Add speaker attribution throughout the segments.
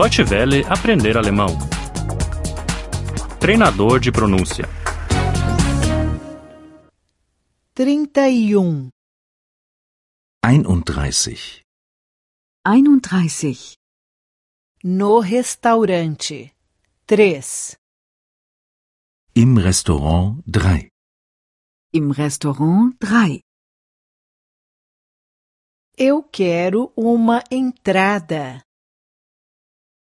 Speaker 1: Deutsche Welle aprender alemão. Treinador de pronúncia.
Speaker 2: 31.
Speaker 3: 31.
Speaker 4: 31.
Speaker 2: No restaurante. 3.
Speaker 3: Im Restaurant 3.
Speaker 4: Im Restaurant 3.
Speaker 2: Eu quero uma entrada.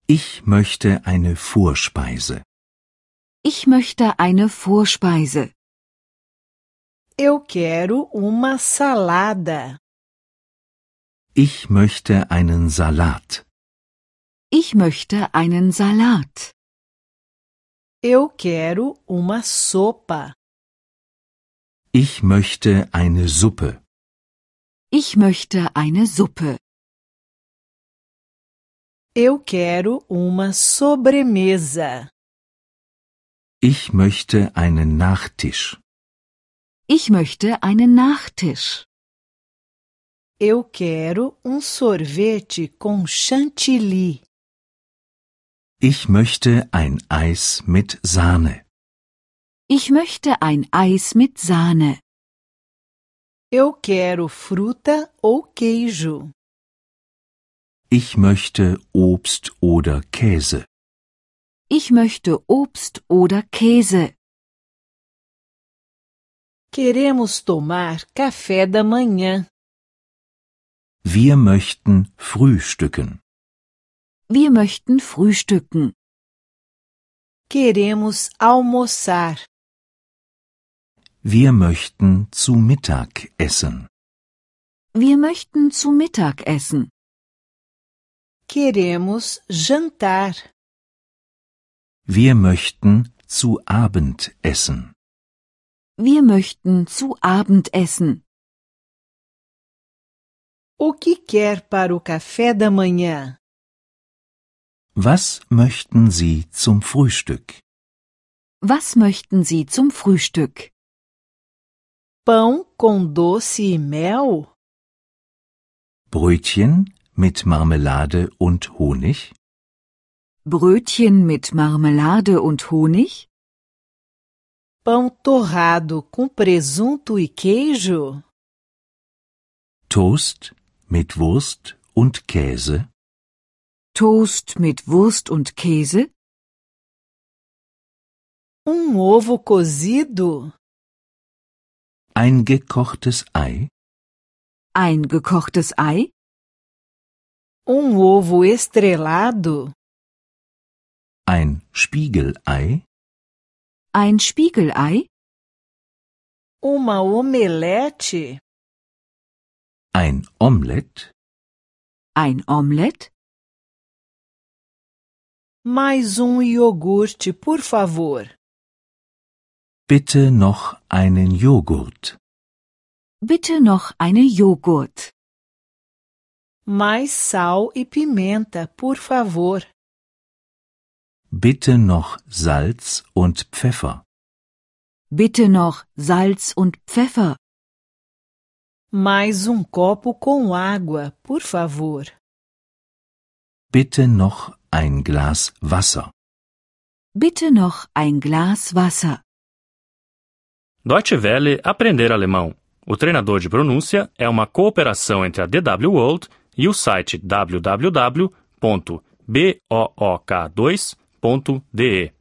Speaker 3: Ich möchte eine Vorspeise.
Speaker 4: Ich möchte eine Vorspeise.
Speaker 2: Eu quero uma salada.
Speaker 3: Ich möchte einen Salat.
Speaker 4: Ich möchte einen Salat.
Speaker 2: Eu quero uma sopa.
Speaker 3: Ich möchte eine Suppe.
Speaker 4: Ich möchte eine Suppe.
Speaker 2: Eu quero uma sobremesa.
Speaker 3: Ich möchte einen Nachtisch.
Speaker 4: Ich möchte einen Nachtisch.
Speaker 2: Eu quero um sorvete com chantilly.
Speaker 3: Ich möchte ein Eis mit Sahne.
Speaker 4: Ich möchte ein Eis mit Sahne.
Speaker 2: Eu quero fruta ou queijo.
Speaker 3: Ich möchte Obst oder Käse.
Speaker 4: Ich möchte Obst oder Käse.
Speaker 2: Queremos tomar café da manhã.
Speaker 3: Wir möchten frühstücken.
Speaker 4: Wir möchten frühstücken.
Speaker 2: Queremos almoçar.
Speaker 3: Wir möchten zu Mittag essen.
Speaker 4: Wir möchten zu Mittag essen.
Speaker 2: Queremos jantar.
Speaker 3: Wir möchten zu Abend essen.
Speaker 4: Wir möchten zu Abend essen.
Speaker 2: O que quer para o café da manhã?
Speaker 3: Was möchten Sie zum Frühstück?
Speaker 4: Was möchten Sie zum Frühstück?
Speaker 2: Pão com doce e mel?
Speaker 3: Brötchen mit Marmelade und Honig?
Speaker 4: Brötchen mit Marmelade und Honig?
Speaker 2: Pão torrado com presunto e queijo?
Speaker 3: Toast mit Wurst und Käse?
Speaker 4: Toast mit Wurst und Käse?
Speaker 2: Um ovo cozido?
Speaker 3: Ein gekochtes Ei?
Speaker 4: Ein gekochtes Ei?
Speaker 2: Um ovo estrelado?
Speaker 3: Ein Spiegelei?
Speaker 4: Ein Spiegelei?
Speaker 2: Uma omelete?
Speaker 3: Ein Omelett?
Speaker 4: Ein Omelett?
Speaker 2: Mais um iogurte, por favor.
Speaker 3: Bitte noch einen Joghurt.
Speaker 4: Bitte noch eine Joghurt.
Speaker 2: Mais sal e pimenta, por favor.
Speaker 3: Bitte noch Salz und Pfeffer.
Speaker 4: Bitte noch Salz und Pfeffer.
Speaker 2: Mais um copo com água, por favor.
Speaker 3: Bitte noch ein Glas Wasser.
Speaker 4: Bitte noch ein Glas Wasser.
Speaker 1: Deutsche Welle aprender alemão. O treinador de pronúncia é uma cooperação entre a DW World e o site www.book2.de.